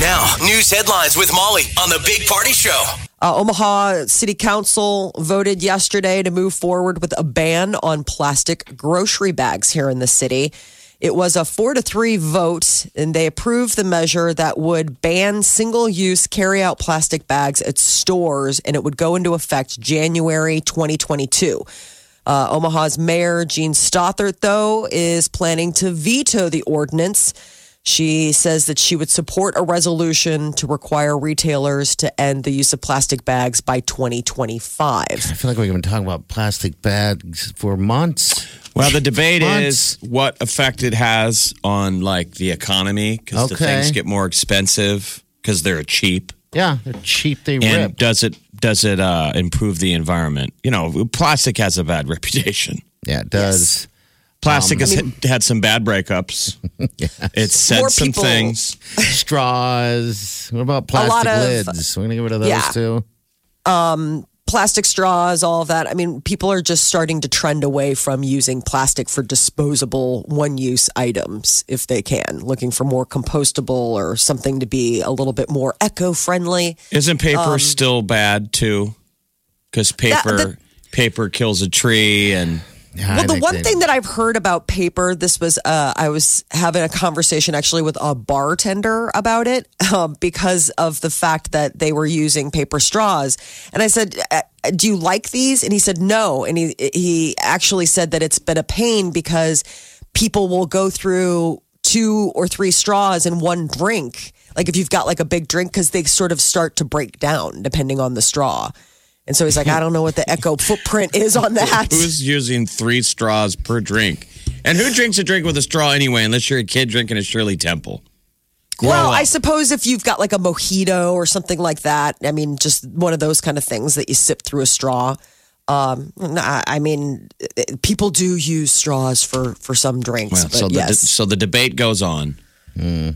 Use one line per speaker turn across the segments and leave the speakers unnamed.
Now, news headlines with Molly on the Big Party Show.
Uh, Omaha City Council voted yesterday to move forward with a ban on plastic grocery bags here in the city. It was a four to three vote, and they approved the measure that would ban single use carry out plastic bags at stores, and it would go into effect January 2022. Uh, Omaha's Mayor Jean Stothert, though, is planning to veto the ordinance. She says that she would support a resolution to require retailers to end the use of plastic bags by 2025.
I feel like we've been talking about plastic bags for months.
Well, the debate
Months.
is what effect it has on like the economy because the
Okay.
things get more expensive because they're cheap,
Yeah, they're cheap. They
and
rip.
does it does it uh, improve the environment? You know, plastic has a bad reputation.
Yeah, it does. Um,
Plastic has had- had some bad breakups. It's said
More
some
people-
things.
Straws. What about
A lot
plastic
of-
lids? We're gonna get rid of those
Yeah.
too.
plastic straws, all of that. I mean, people are just starting to trend away from using plastic for disposable one use items if they can, looking for more compostable or something to be a little bit more eco friendly.
Isn't
um,
paper still bad too? Because paper
the-
paper kills a tree, and
Yeah, I
Well, the
think
one
they-
thing that I've heard about paper, this was, uh, I was having a conversation actually with a bartender about it um, because of the fact that they were using paper straws. And I said, "Uh, Do you like these? And he said, No. And he, he actually said that it's been a pain because people will go through two or three straws in one drink. Like if you've got like a big drink, because they sort of start to break down depending on the straw. And so he's like, I don't know what the echo footprint is on that.
who's using three straws per drink? And who drinks a drink with a straw anyway? Unless you're a kid drinking a Shirley Temple. Grow
Well,
up.
I suppose if you've got like a mojito or something like that, I mean, just one of those kind of things that you sip through a straw. Um, no, I, I mean, eh, people do use straws for for some drinks,
Well,
but
so the
yes,
so the debate goes on.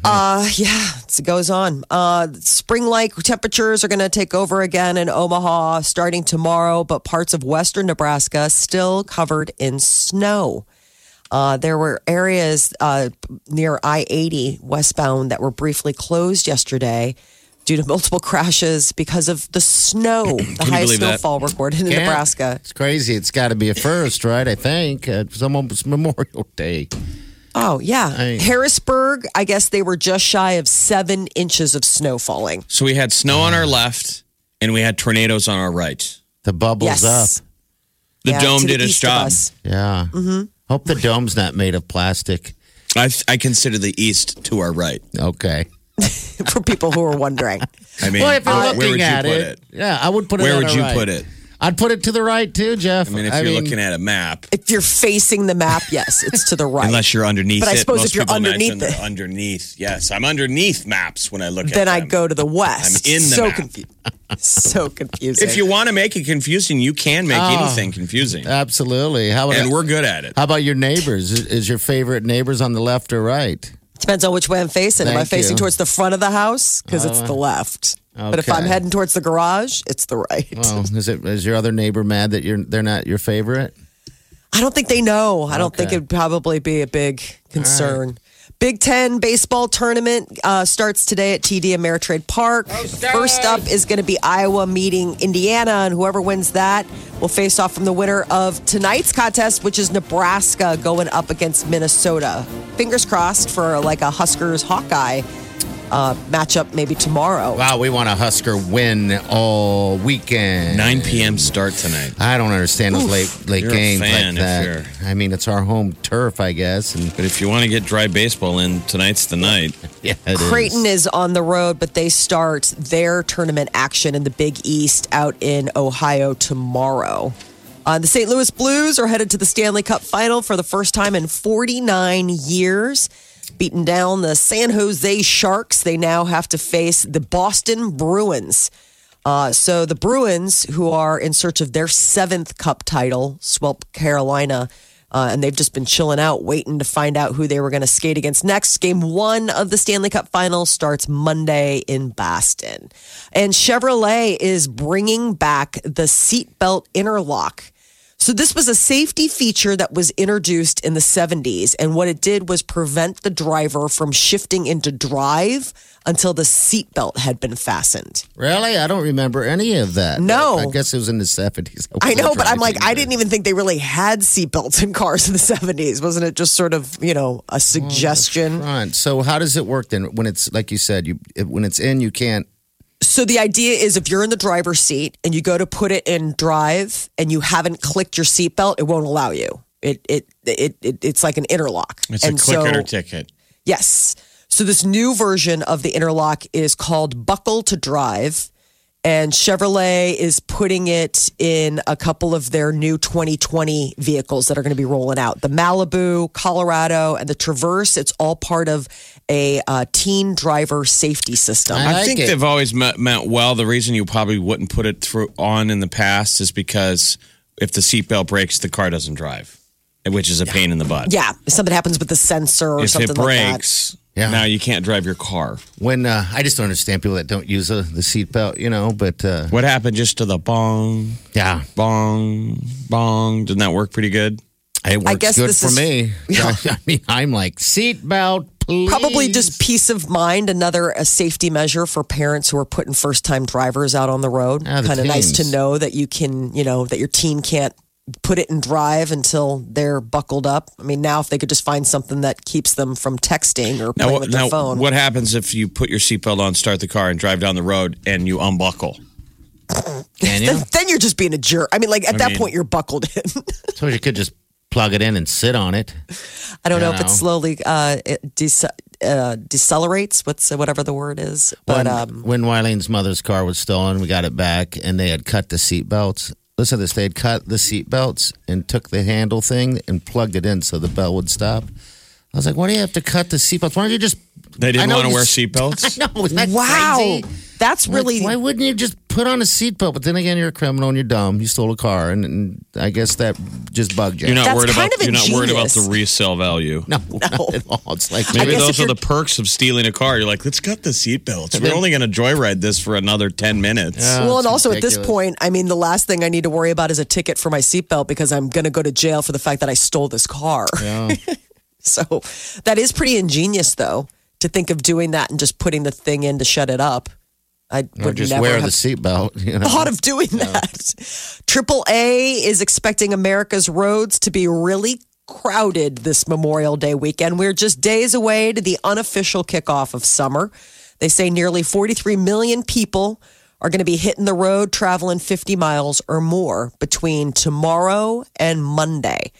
uh, yeah, it goes on. Uh, spring-like temperatures are going to take over again in Omaha starting tomorrow, but parts of western Nebraska still covered in snow. Uh, there were areas uh, near I 80 westbound that were briefly closed yesterday due to multiple crashes because of the snow, the
you
highest
believe that?
snowfall recorded in
Yeah.
Nebraska.
It's crazy. It's got to be a first, right? I think uh, it's almost Memorial Day.
Oh, yeah.
I-
Harrisburg, I guess they were just shy of seven inches of snow falling.
So we had snow on our left, and we had tornadoes on our right.
The
Yes.
bubbles up.
The
Yeah,
dome
to the
did its
east of
job.
us.
Yeah.
Mm-hmm.
Hope the dome's not made of plastic.
I I consider the east to our right.
Okay.
for people who are wondering.
I mean,
well, if you're
where,
looking
where would you
at
put
it,
it?
yeah, I would put it.
Where
on
would
our
you
right.
put it?
I'd put it to the right too, Jeff.
I mean, if you're looking at a map,
If you're facing the map, yes, it's to the right.
Unless you're underneath
But I
it.
suppose
Most
if you're
people
underneath
imagine they're
it-
underneath. Yes, I'm underneath maps when I look at
then I
them.
go to the west.
I'm in the
so
map.
confused. So confusing.
If you want to make it confusing, you can make
Ah.
anything confusing.
absolutely. How about
and we're good at it.
How about your neighbors? Is- Is your favorite neighbors on the left or right?
depends on which way I'm facing. Am I
Thank you. Uh,
facing towards the front of the house because it's the left? But if
okay.
I'm heading towards the garage, it's the right.
Well, is it is your other neighbor mad that you're they're not your favorite?
I don't think they know. I don't think
Okay.
it'd probably be a big concern. Big Ten baseball tournament uh, starts today at TD Ameritrade Park. First up is going to be Iowa meeting Indiana, and whoever wins that will face off from the winner of tonight's contest, which is Nebraska going up against Minnesota. Fingers crossed for like a Huskers Hawkeye uh, matchup maybe tomorrow.
Wow, we want a Husker win all weekend.
9 p.m. start tonight.
I don't understand those late late
You're a
games like
fan if
that.
you're-
I mean, it's our home turf, I guess, and
But if you want to get dry baseball in, tonight's the night.
yeah, it is.
Creighton is on the road, but they start their tournament action in the Big East out in Ohio tomorrow. Uh, the St. Louis Blues are headed to the Stanley Cup final for the first time in 49 years. Beaten down the San Jose Sharks, they now have to face the Boston Bruins. Uh, so the Bruins, who are in search of their seventh cup title, swept Carolina, uh, and they've just been chilling out, waiting to find out who they were going to skate against next. Game one of the Stanley Cup final starts Monday in Boston. And Chevrolet is bringing back the seatbelt interlock. So, this was a safety feature that was introduced in the 70s. And what it did was prevent the driver from shifting into drive until the seatbelt had been fastened.
Really? I don't remember any of that.
No.
I, I guess it was in the 70s.
I know, but I'm like, I didn't even think they really had seatbelts in cars in the 70s. Wasn't it just sort of, you know,
Oh,
a suggestion?
Right. So how does it work then? When it's like you said, you it- when it's in, you can't.
So the idea is if you're in the driver's seat and you go to put it in drive and you haven't clicked your seatbelt, it won't allow you. It it it, it it's like an interlock.
It's
and
a click it
so-
or ticket.
Yes. So this new version of the interlock is called Buckle to Drive. And Chevrolet is putting it in a couple of their new 2020 vehicles that are going to be rolling out the Malibu, Colorado, and the Traverse. It's all part of a uh, teen driver safety system.
I
I,
like
think
it.
they've always me- meant well. The reason you probably wouldn't put it through on in the past is because if the seatbelt breaks, the car doesn't drive, which is a pain in the butt.
yeah, something happens with the sensor or
If
something
it
like that.
breaks,
Yeah.
now you can't drive your car.
When uh, I just don't understand people that don't use uh, the seatbelt, you know. But uh,
What happened just to the bong,
yeah,
bong, bong? Didn't that work pretty good?
it works
guess
good
this
for
is-
me. I mean, I'm like seatbelt. Please.
Probably just peace of mind, another a safety measure for parents who are putting first time drivers out on the road.
Ah, the
kind of nice to
teens.
know that you can, you know, that your teen can't put it in drive until they're buckled up. I mean, now if they could just find something that keeps them from texting or playing
Now,
with
now
their phone.
what happens if you put your seatbelt on, start the car, and drive down the road and you unbuckle?
Can you?
then, then you're just being a jerk. I mean, like at that
mean-
point, you're buckled in.
so you could just plug it in and sit on it.
I don't know if it
know.
slowly uh, it dece- uh, decelerates. What's whatever the word is, but
when,
um,
when Wylene's mother's car was stolen, we got it back, and they had cut the seat belts. Listen to this: they had cut the seat belts and took the handle thing and plugged it in so the bell would stop. I was like, "Why do you have to cut the seat belts? Why don't you just?"
They
I
didn't
know
want to
you
wear
s-
seatbelts.
No, isn't that
wow,
crazy?
that's
Like,
really
why wouldn't you just put on a seatbelt? But then again, you're a criminal and you're dumb. You stole a car, and, and I guess that just bugged you.
You're not
That's
worried
kind
about
of
you're not worried about
ingenious.
the resale value.
no, not at all. It's like
Maybe
guess
those
if
are the perks of stealing a car. You're like, let's cut the seatbelts. We're only going to joyride this for another 10 minutes.
well, and
Oh, it's
also at this
ridiculous.
point, I mean, the last thing I need to worry about is a ticket for my seatbelt because I'm going to go to jail for the fact that I stole this car. so that is pretty ingenious, though, to think of doing that and just putting the thing in to shut it up. I
or
would
just
never
wear
have
the seatbelt. You know?
thought of doing that. Triple A is expecting America's roads to be really crowded this Memorial Day weekend. We're just days away to the unofficial kickoff of summer. They say nearly 43 million people are going to be hitting the road traveling 50 miles or more between tomorrow and Monday.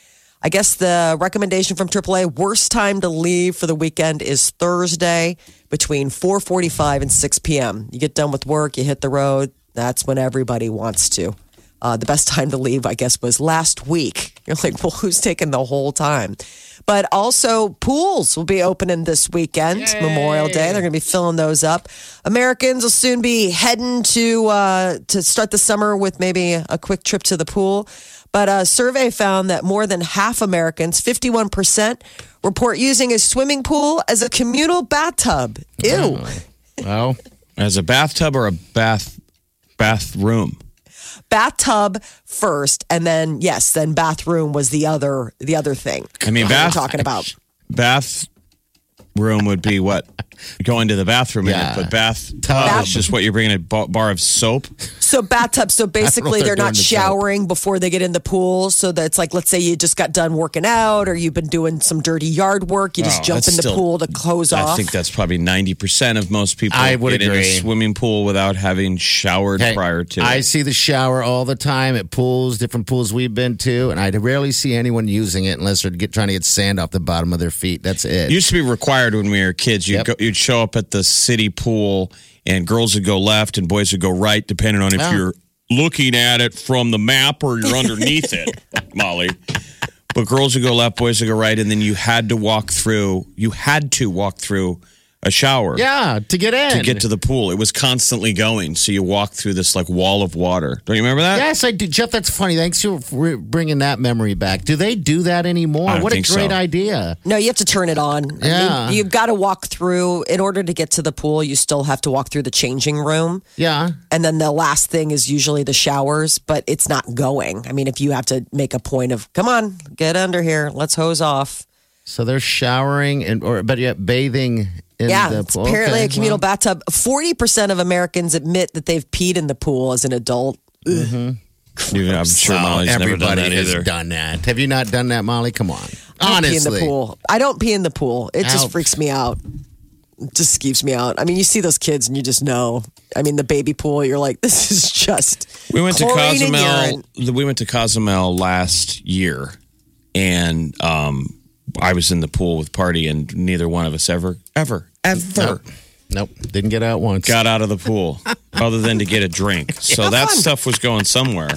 I guess the recommendation from AAA worst time to leave for the weekend is Thursday between 4:45 and 6 p.m. You get done with work, you hit the road. That's when everybody wants to. Uh, the best time to leave, I guess, was last week. You're like, well, who's taking the whole time? But also, pools will be opening this weekend, Memorial Day. They're going to be filling those up. Americans will soon be heading to uh, to start the summer with maybe a quick trip to the pool. But a survey found that more than half Americans, 51%, report using a swimming pool as a communal bathtub. Ew.
Well,
As a bathtub or a bath bathroom.
Bathtub first and then yes, then bathroom was the other the other thing.
I mean,
that we're
bath
talking about.
bathroom would be what going to the bathroom,
Yeah.
in it, but bathtub
Bath-
is just what you're bringing a ba- bar of soap.
So bathtub. So basically,
they're
they're, not
doing to soap.
showering before they get in the pool. So that's like, let's say you just got done working out, or you've been doing some dirty yard work. You just
Oh,
jump
that's
in the
still-
pool to close
I
off.
think that's probably ninety percent of most people.
I would
get in a
agree.
swimming pool without having showered
Hey,
prior to.
I
it.
see the shower all the time at pools, different pools we've been to, and I rarely see anyone using it unless they're get, trying to get sand off the bottom of their feet. That's it.
It used to be required when we were kids. You'd,
Yep.
go, you'd show up at the city pool, and girls would go left and boys would go right, depending on if
Oh.
you're looking at it from the map or you're underneath it, Molly. But girls would go left, boys would go right, and then you had to walk through. You had to walk through a shower.
Yeah, to get in.
To get to the pool, it was constantly going. So you walk through this like wall of water. Don't you remember that?
Yes, I do. Jeff, that's funny. Thanks for re- bringing that memory back. Do they do that anymore?
I don't
What a
think
great
so.
idea.
No, you have to turn it on. I mean,
Yeah.
you've got to walk through. In order to get to the pool, you still have to walk through the changing room.
Yeah.
And then the last thing is usually the showers, but it's not going. I mean, if you have to make a point of, come on, get under here, let's hose off.
So they're showering and or but yet bathing in
yeah,
the
it's
pool.
apparently
Okay,
a communal
well,
bathtub. 40% of Americans admit that they've peed in the pool as an adult.
You know, I'm sure Molly's never done
everybody
that
has
either.
done that. Have you not done that, Molly? Come on.
I don't
Honestly.
pee in the pool. I don't pee in the pool. It just
Ouch.
freaks me out. It just keeps me out. I mean, you see those kids and you just know. I mean, the baby pool. You're like, this is just.
We went to
chlorine and
Cozumel.
urine.
We went to Cozumel last year, and um, I was in the pool with party, and neither one of us ever, ever, ever
Nope. Didn't get out once.
got out of the pool, other than to get a drink. So that stuff was going somewhere.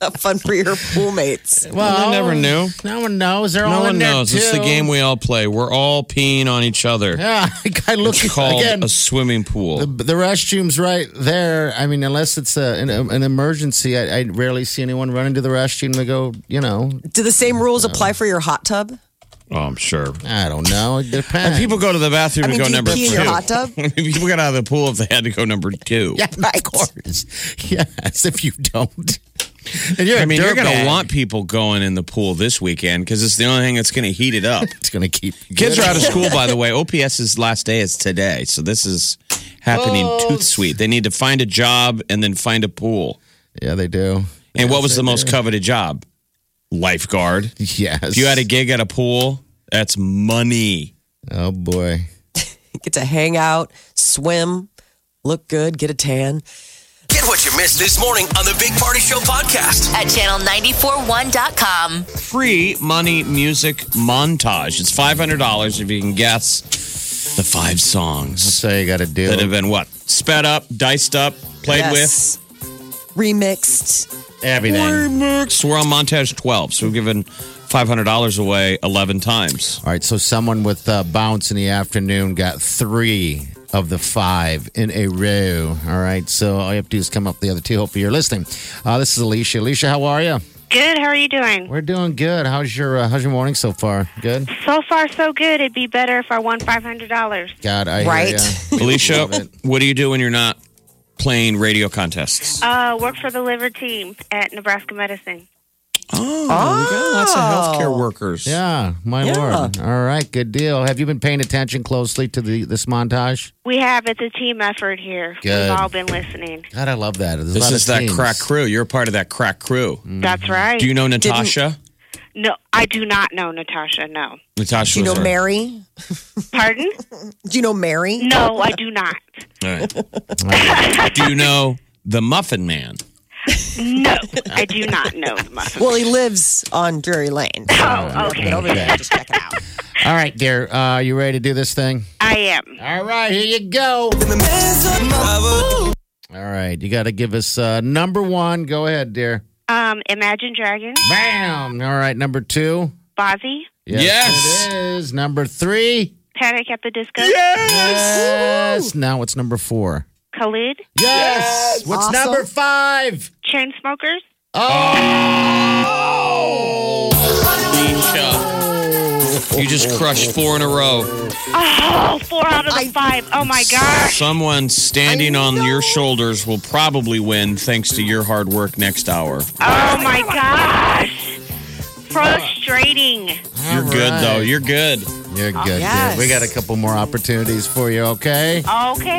Have fun for your pool mates.
Well,
They never knew.
No one knows. They're
No
all in
one
there,
knows. It's the
too.
game we all play. We're all peeing on each other.
Yeah, I look
It's called
again.
a swimming pool.
the restroom's right there. I mean, unless it's a, an, an emergency, I, I rarely see anyone run into the restroom to go. You know,
Do the same rules apply for your hot tub?
oh, I'm sure.
I don't know. It depends.
And people go to the bathroom
I mean,
and go
do you
number
pee in
two.
your hot tub?
people got out of the pool if they had to go number two.
yeah, of course. Yes, if you don't, and you're.
I mean, you're going
dirtbag.
to want people going in the pool this weekend because it's the only thing that's going to heat it up.
It's gonna keep
Kids are out of school, by the way. OPS's last day is today. So this is happening
Oh.
tooth sweet. They need to find a job and then find a pool.
Yeah, they do.
And what was the most coveted job? Lifeguard.
Yes,
If you had a gig at a pool, that's money.
Oh boy.
Get to hang out, swim, look good, get a tan.
Get what you missed this morning on the Big Party Show podcast.
at channel941.com.
Free money music montage. It's $500 if you can guess the five songs
So you got to do.
that have been what? Sped up, diced up, played with.
Yes. Remixed.
Everything.
Remix. We're on montage 12, so we've given $500 away 11 times.
All right, so someone with uh, bounce in the afternoon got three of the five in a row. All right, so all you have to do is come up with the other two. Hopefully, you're listening. Uh, this is Alicia. Alicia, how are you?
Good. How are you doing?
We're doing good. How's your uh, How's your morning so far? Good.
So far, so good. It'd be better if I won five hundred dollars.
God, I hear
Right.
ya.
Alicia,
Love it.
what do you do when you're not playing radio contests?
Uh, work for the liver team at Nebraska Medicine.
Oh, we got lots of healthcare workers.
Yeah, my
Yeah.
lord. All right, good deal. Have you been paying attention closely to the this montage?
We have it's a team effort here.
Good.
We've all been listening.
Mm-hmm.
God, I love that. There's a
This
lot
is
of
that
teams.
crack crew. You're part of that crack crew.
That's right.
Do you know Natasha?
no, I do not know Natasha. No.
Natasha
Do you
was
know
our-
Mary?
Pardon?
Do you know Mary?
No, I do not.
All right. do you know the Muffin Man?
No, I do not know. the muffin.
Well, he lives on Drury Lane.
Oh, okay.
Over there, just check it out.
All right, dear. Uh, you ready to do this thing?
I am.
All right, here you go. All right, you got to give us uh, number one. Go ahead, dear.
Um, Imagine Dragons,
Bam. All right, number two.
Bozzy,
Yes.
it is. Number three.
Panic at the Disco,
Yes. Now what's number four?
Khalid,
Yes. What's
Awesome.
number five?
Chainsmokers.
Oh.
Oh!
Alicia, you just crushed four in a row.
Oh, four out of the five. Oh my gosh.
Someone standing on your shoulders will probably win thanks to your hard work next hour.
Oh my gosh. Frustrating.
You're
All
good
right.
though. You're good.
You're good.
Oh, yes.
dear. We got a couple more opportunities for you. Okay.
Okay.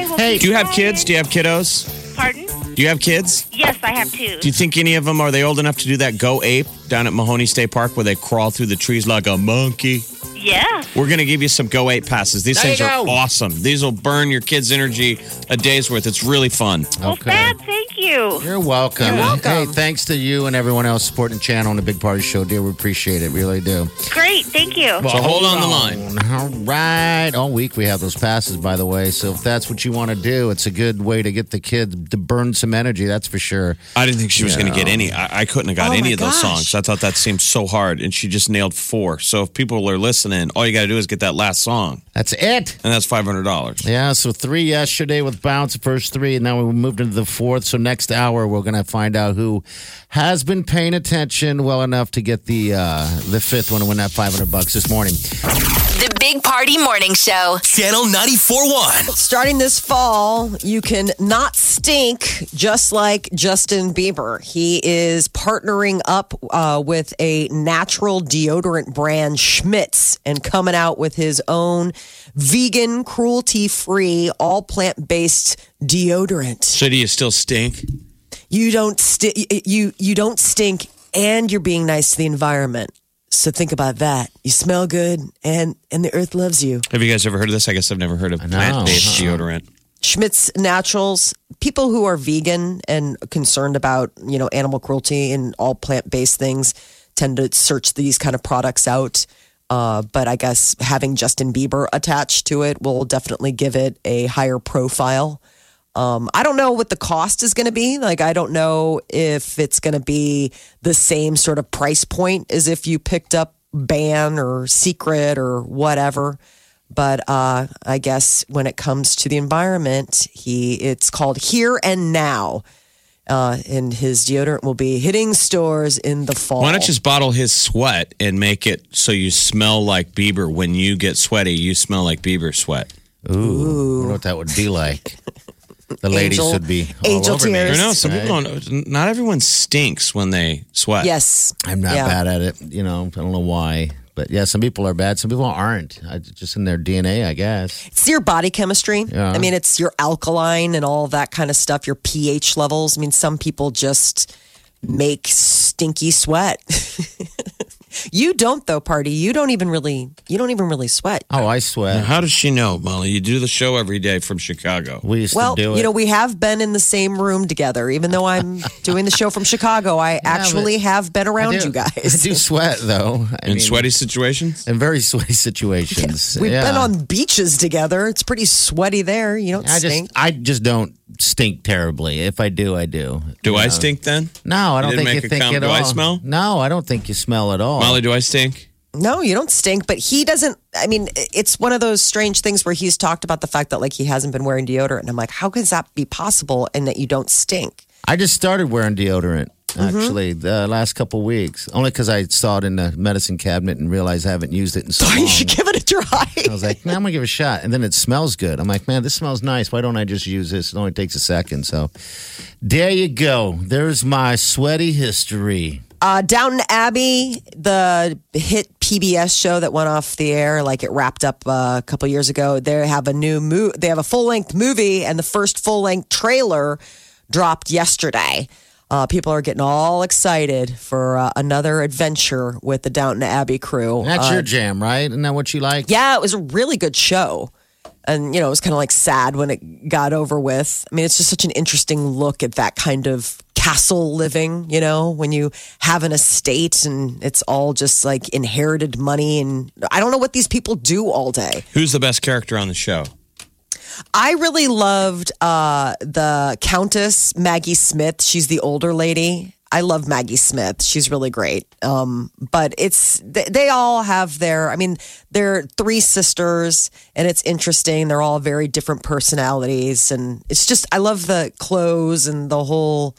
Well,
Hey,
Do you have kids? Do you have kiddos?
Pardon?
Do you have kids?
Yes, I have two.
Do you think any of them are they old enough to do that go ape down at Mahoney State Park where they crawl through the trees like a monkey?
Yeah.
We're going to give you some go ape passes. These
There
things
you
are
go.
awesome. These will burn your kids' energy a day's worth. It's really fun.
Well, Fab, thank you. you.
You're welcome.
You're welcome.
Hey, thanks to you and everyone else supporting the channel and the Big Party Show, dear. We appreciate it. Really do.
Great. Thank you.
Well, hold on the line.
All right. All week we have those passes, by the way. So if that's what you want to do, it's a good way to get the kids to burn some energy, that's for sure.
I didn't think she was going to get any. I, I couldn't have got
Oh
any
my
of
gosh.
those songs. I thought that seemed so hard, and she just nailed four. So if people are listening, all you got to do is get that last song,
That's it.
and that's five hundred dollars.
Yeah, so three yesterday with bounce, first three, and now we moved into the fourth. So next hour we're gonna find out who has been paying attention well enough to get the uh, the fifth one and win that five hundred bucks this morning.
The Big Party Morning Show.
Channel 94.1.
Starting this fall, you can not stink just like Justin Bieber. He is partnering up uh, with a natural deodorant brand, Schmitz, and coming out with his own vegan, cruelty free, all plant based deodorant.
So do you still stink?
You don't sti- you you don't stink, and you're being nice to the environment. So think about that. You smell good, and and the earth loves you.
Have you guys ever heard of this? I guess I've never heard of plant-based
Uh-huh.
deodorant.
Schmidt's Naturals, people who are vegan and concerned about, you know, animal cruelty and all plant-based things tend to search these kind of products out. Uh, but I guess having Justin Bieber attached to it will definitely give it a higher profile. Um, I don't know what the cost is going to be. Like, I don't know if it's going to be the same sort of price point as if you picked up Ban or Secret or whatever. But uh, I guess when it comes to the environment, he it's called Here and Now, uh, and his deodorant will be hitting stores in the fall.
Why not just bottle his sweat and make it so you smell like Bieber when you get sweaty? You smell like Bieber sweat.
I wonder what that would be like. The ladies
Angel-
would be all
angel
over me.
I
tears.
know some people don't. Not everyone stinks when they sweat.
yes?
I'm not
Yeah.
bad at it. You know, I don't know why. But yeah, some people are bad. Some people aren't. I, just in their DNA, I guess.
It's your body chemistry. I mean, it's your alkaline and all that kind of stuff, your pH levels. I mean, some people just make stinky sweat. you don't though, party. You don't even really you don't even really sweat.
Oh, I sweat.
How does she know, Molly? You do the show every day from Chicago.
We used
Well,
to do it.
you know, we have been in the same room together. Even though I'm doing the show from Chicago, I actually have been
I
around you
do. I
guys.
do sweat though. I
in
mean,
sweaty situations.
in very sweaty situations.
We've been
Yeah.
on beaches together. It's pretty sweaty there. You don't
I
stink.
just I just don't stink terribly. If I do, I do.
Do I stink then,
No, I don't
didn't
think you
make a
think
comment.
at
Do
all.
I smell?
No, I don't think you smell at all.
Molly? Do I stink?
No, you don't stink, but he doesn't. I mean, it's one of those strange things where he's talked about the fact that like he hasn't been wearing deodorant. And I'm like, how could that be possible and that you don't stink?
I just started wearing deodorant
Mm-hmm.
actually the last couple weeks, only because I saw it in the medicine cabinet and realized I haven't used it in so long.
You should give it a
I
try.
was like, man, I'm gonna give it a shot, and then it smells good. I'm like, man, this smells nice. Why don't I just use this? It only takes a second. So, there you go. There's my sweaty history.
Uh, Downton Abbey, the hit PBS show that went off the air, like it wrapped up uh, a couple years ago. They have a new mo- They have a full length movie, and the first full length trailer dropped yesterday. Uh, people are getting all excited for uh, another adventure with the Downton Abbey crew.
That's
Uh,
your jam, right? Isn't that what you like?
Yeah, it was a really good show. And, you know, it was kind of like sad when it got over with. I mean, it's just such an interesting look at that kind of castle living, you know, when you have an estate and it's all just like inherited money. And I don't know what these people do all day.
Who's the best character on the show?
I really loved uh, the Countess Maggie Smith. She's the older lady. I love Maggie Smith. She's really great. Um, but it's they, they all have their. I mean, they're three sisters, and it's interesting. They're all very different personalities, and it's just I love the clothes and the whole.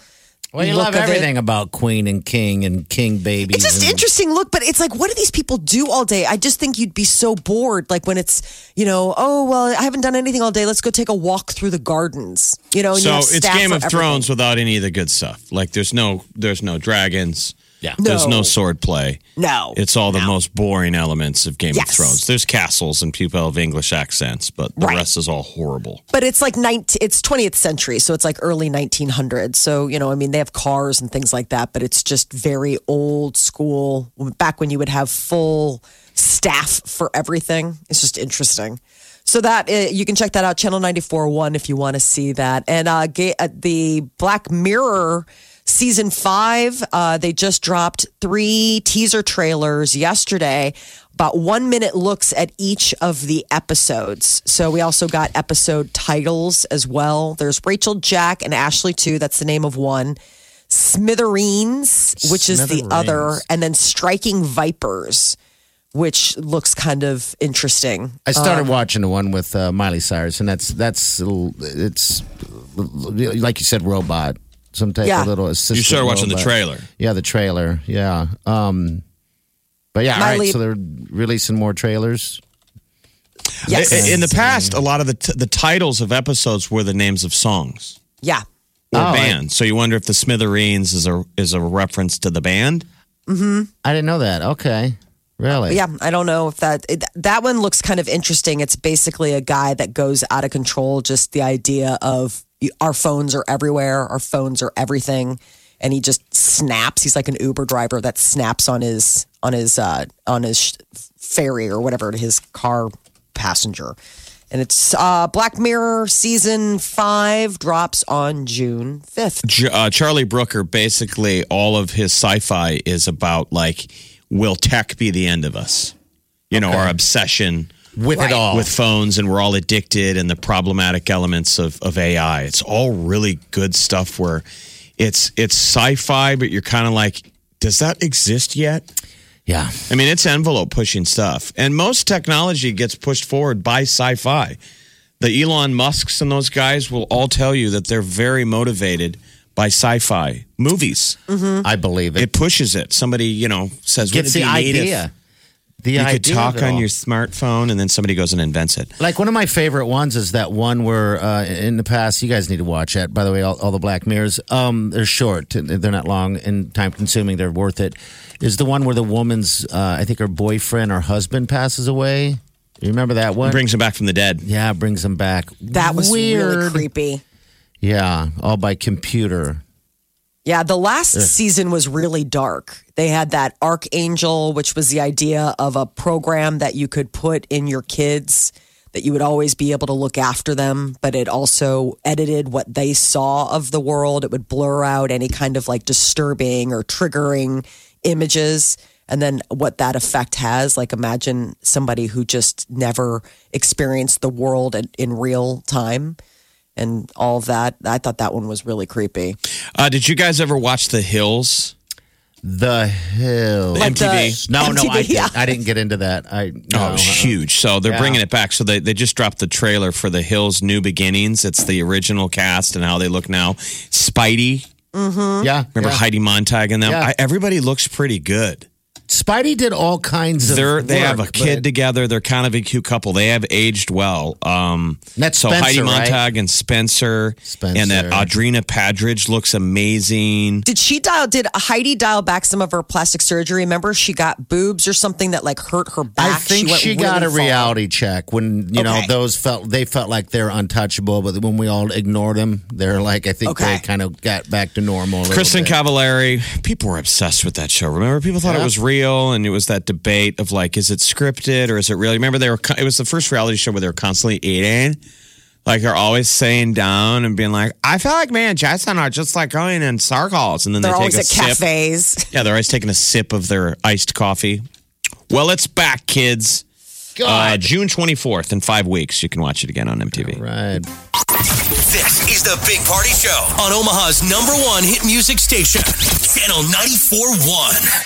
Well, you
look
love
of it.
everything about Queen and King and King babies.
It's just
and-
interesting look, but it's like, what do these people do all day? I just think you'd be so bored. Like when it's, you know, oh well, I haven't done anything all day. Let's go take a walk through the gardens. You know, and you
so
have
it's
staff
Game
for
of
everything.
Thrones without any of the good stuff. Like there's no there's no dragons.
Yeah.
There's
No.
no sword play.
No,
It's all the most boring elements of Game
Yes.
of Thrones. There's castles and people have English accents, but the
Right.
rest is all horrible.
but it's like 19, it's 20th century, so it's like early 1900s. So you know, I mean, they have cars and things like that, but it's just very old school. Back when you would have full staff for everything, it's just interesting. So that uh, you can check that out, Channel 94.1 if you want to see that. And uh, ga- uh, the Black Mirror season five, uh, they just dropped three teaser trailers yesterday. About one minute looks at each of the episodes. So we also got episode titles as well. There's Rachel, Jack, and Ashley too. That's the name of one. Smithereens, which is the other,
Smithereens.
and then Striking Vipers, which looks kind of interesting. Uh,
I started watching the one with uh, Miley Cyrus, and that's that's it's like you said, robot, some type
Yeah.
of little assistant.
You started watching the
robot.
trailer.
Yeah, the trailer. Yeah. Um, but yeah, all
Miley-
right. So they're releasing more trailers.
Yes.
I- In the past, a lot of the t- the titles of episodes were the names of songs
yeah.
or
Oh, I-
bands. So you wonder if the Smithereens is a is a reference to the band.
I didn't know that. Okay, really?
Yeah. I don't know if that, it, that one looks kind of interesting. It's basically a guy that goes out of control, just the idea of y- our phones are everywhere, our phones are everything. And he just snaps. He's like an Uber driver that snaps on his, on his, uh, on his sh- ferry or whatever, his car passenger. And it's uh, Black Mirror season five drops on June 5th.
J- uh, Charlie Brooker, basically, all of his sci-fi is about like, will tech be the end of us? You know, our obsession
With it all.
with phones, and we're all addicted, and the problematic elements of of AI. It's all really good stuff. Where it's it's sci-fi, but you're kind of like, does that exist yet?
yeah.
I mean, it's envelope pushing stuff. And most technology gets pushed forward by sci fi. The Elon Musks and those guys will all tell you that they're very motivated by sci fi movies.
Mm-hmm.
I believe it.
It pushes it. Somebody, you know, says,
Mm-hmm. Gets the
Wouldn't it be neat if
idea. The
You
idea
could
of
talk
it
on
all.
your smartphone, and then somebody goes and invents it.
Like one of my favorite ones is that one where uh, in the past you guys need to watch it. By the way, all, all the Black Mirrors, um, they're short, they're not long and time consuming. They're worth it. Is the one where the woman's, uh, I think her boyfriend or husband passes away. You remember that one?
Brings them back from the dead.
yeah, brings them back.
That was
weird.
really creepy.
Yeah, all by computer.
Yeah, the last season was really dark. They had that Archangel, which was the idea of a program that you could put in your kids that you would always be able to look after them, but it also edited what they saw of the world. It would blur out any kind of like disturbing or triggering images. And then what that effect has, like imagine somebody who just never experienced the world in, in real time and all of that. I thought that one was really creepy.
Uh, did you guys ever watch The Hills?
The hill.
Like MTV.
no, no, I,
MTV, yeah.
didn't, I didn't get into that. I
Oh, it
no, Uh-uh.
was huge. So they're
Yeah.
bringing it back. So they, they just dropped the trailer for The Hills New Beginnings. It's the original cast and how they look now. Spidey,
uh-uh. yeah.
Oh. Remember
yeah.
Heidi Montag and them?
Yeah.
I, everybody looks pretty good.
Spidey did all kinds of.
They're they have a
work,
kid
but-
together. They're kind of a cute couple. They have aged well. Um,
That's
so Heidi
Spencer, right?
Montag and Spencer,
Spencer.
and that Audrina Padridge looks amazing.
Did she dial? Did Heidi dial back some of her plastic surgery? Remember, she got boobs or something that like hurt her back.
I think
went
she, got
really
a
far.
reality check when you know
Okay.
those felt they felt like they're untouchable, but when we all ignored them, they're like I think
Okay.
they kind of got back to normal. a little
Kristen
bit.
Cavallari, people were obsessed with that show. Remember, people thought it was real, and it was that debate of like, is it scripted or is it real? Remember, they were. co- It was the first reality show where they were constantly eating, like they're always saying down and being like, "I feel like me and Jason are just like going in circles," and then
They're
they
always
take a
at
sip.
cafes.
Yeah, they're always taking a sip of their iced coffee. Well, it's back, kids. Uh, June 24th in five weeks. You can watch it again on MTV.
right?
This is the Big Party Show on Omaha's number one hit music station, Channel 94.1.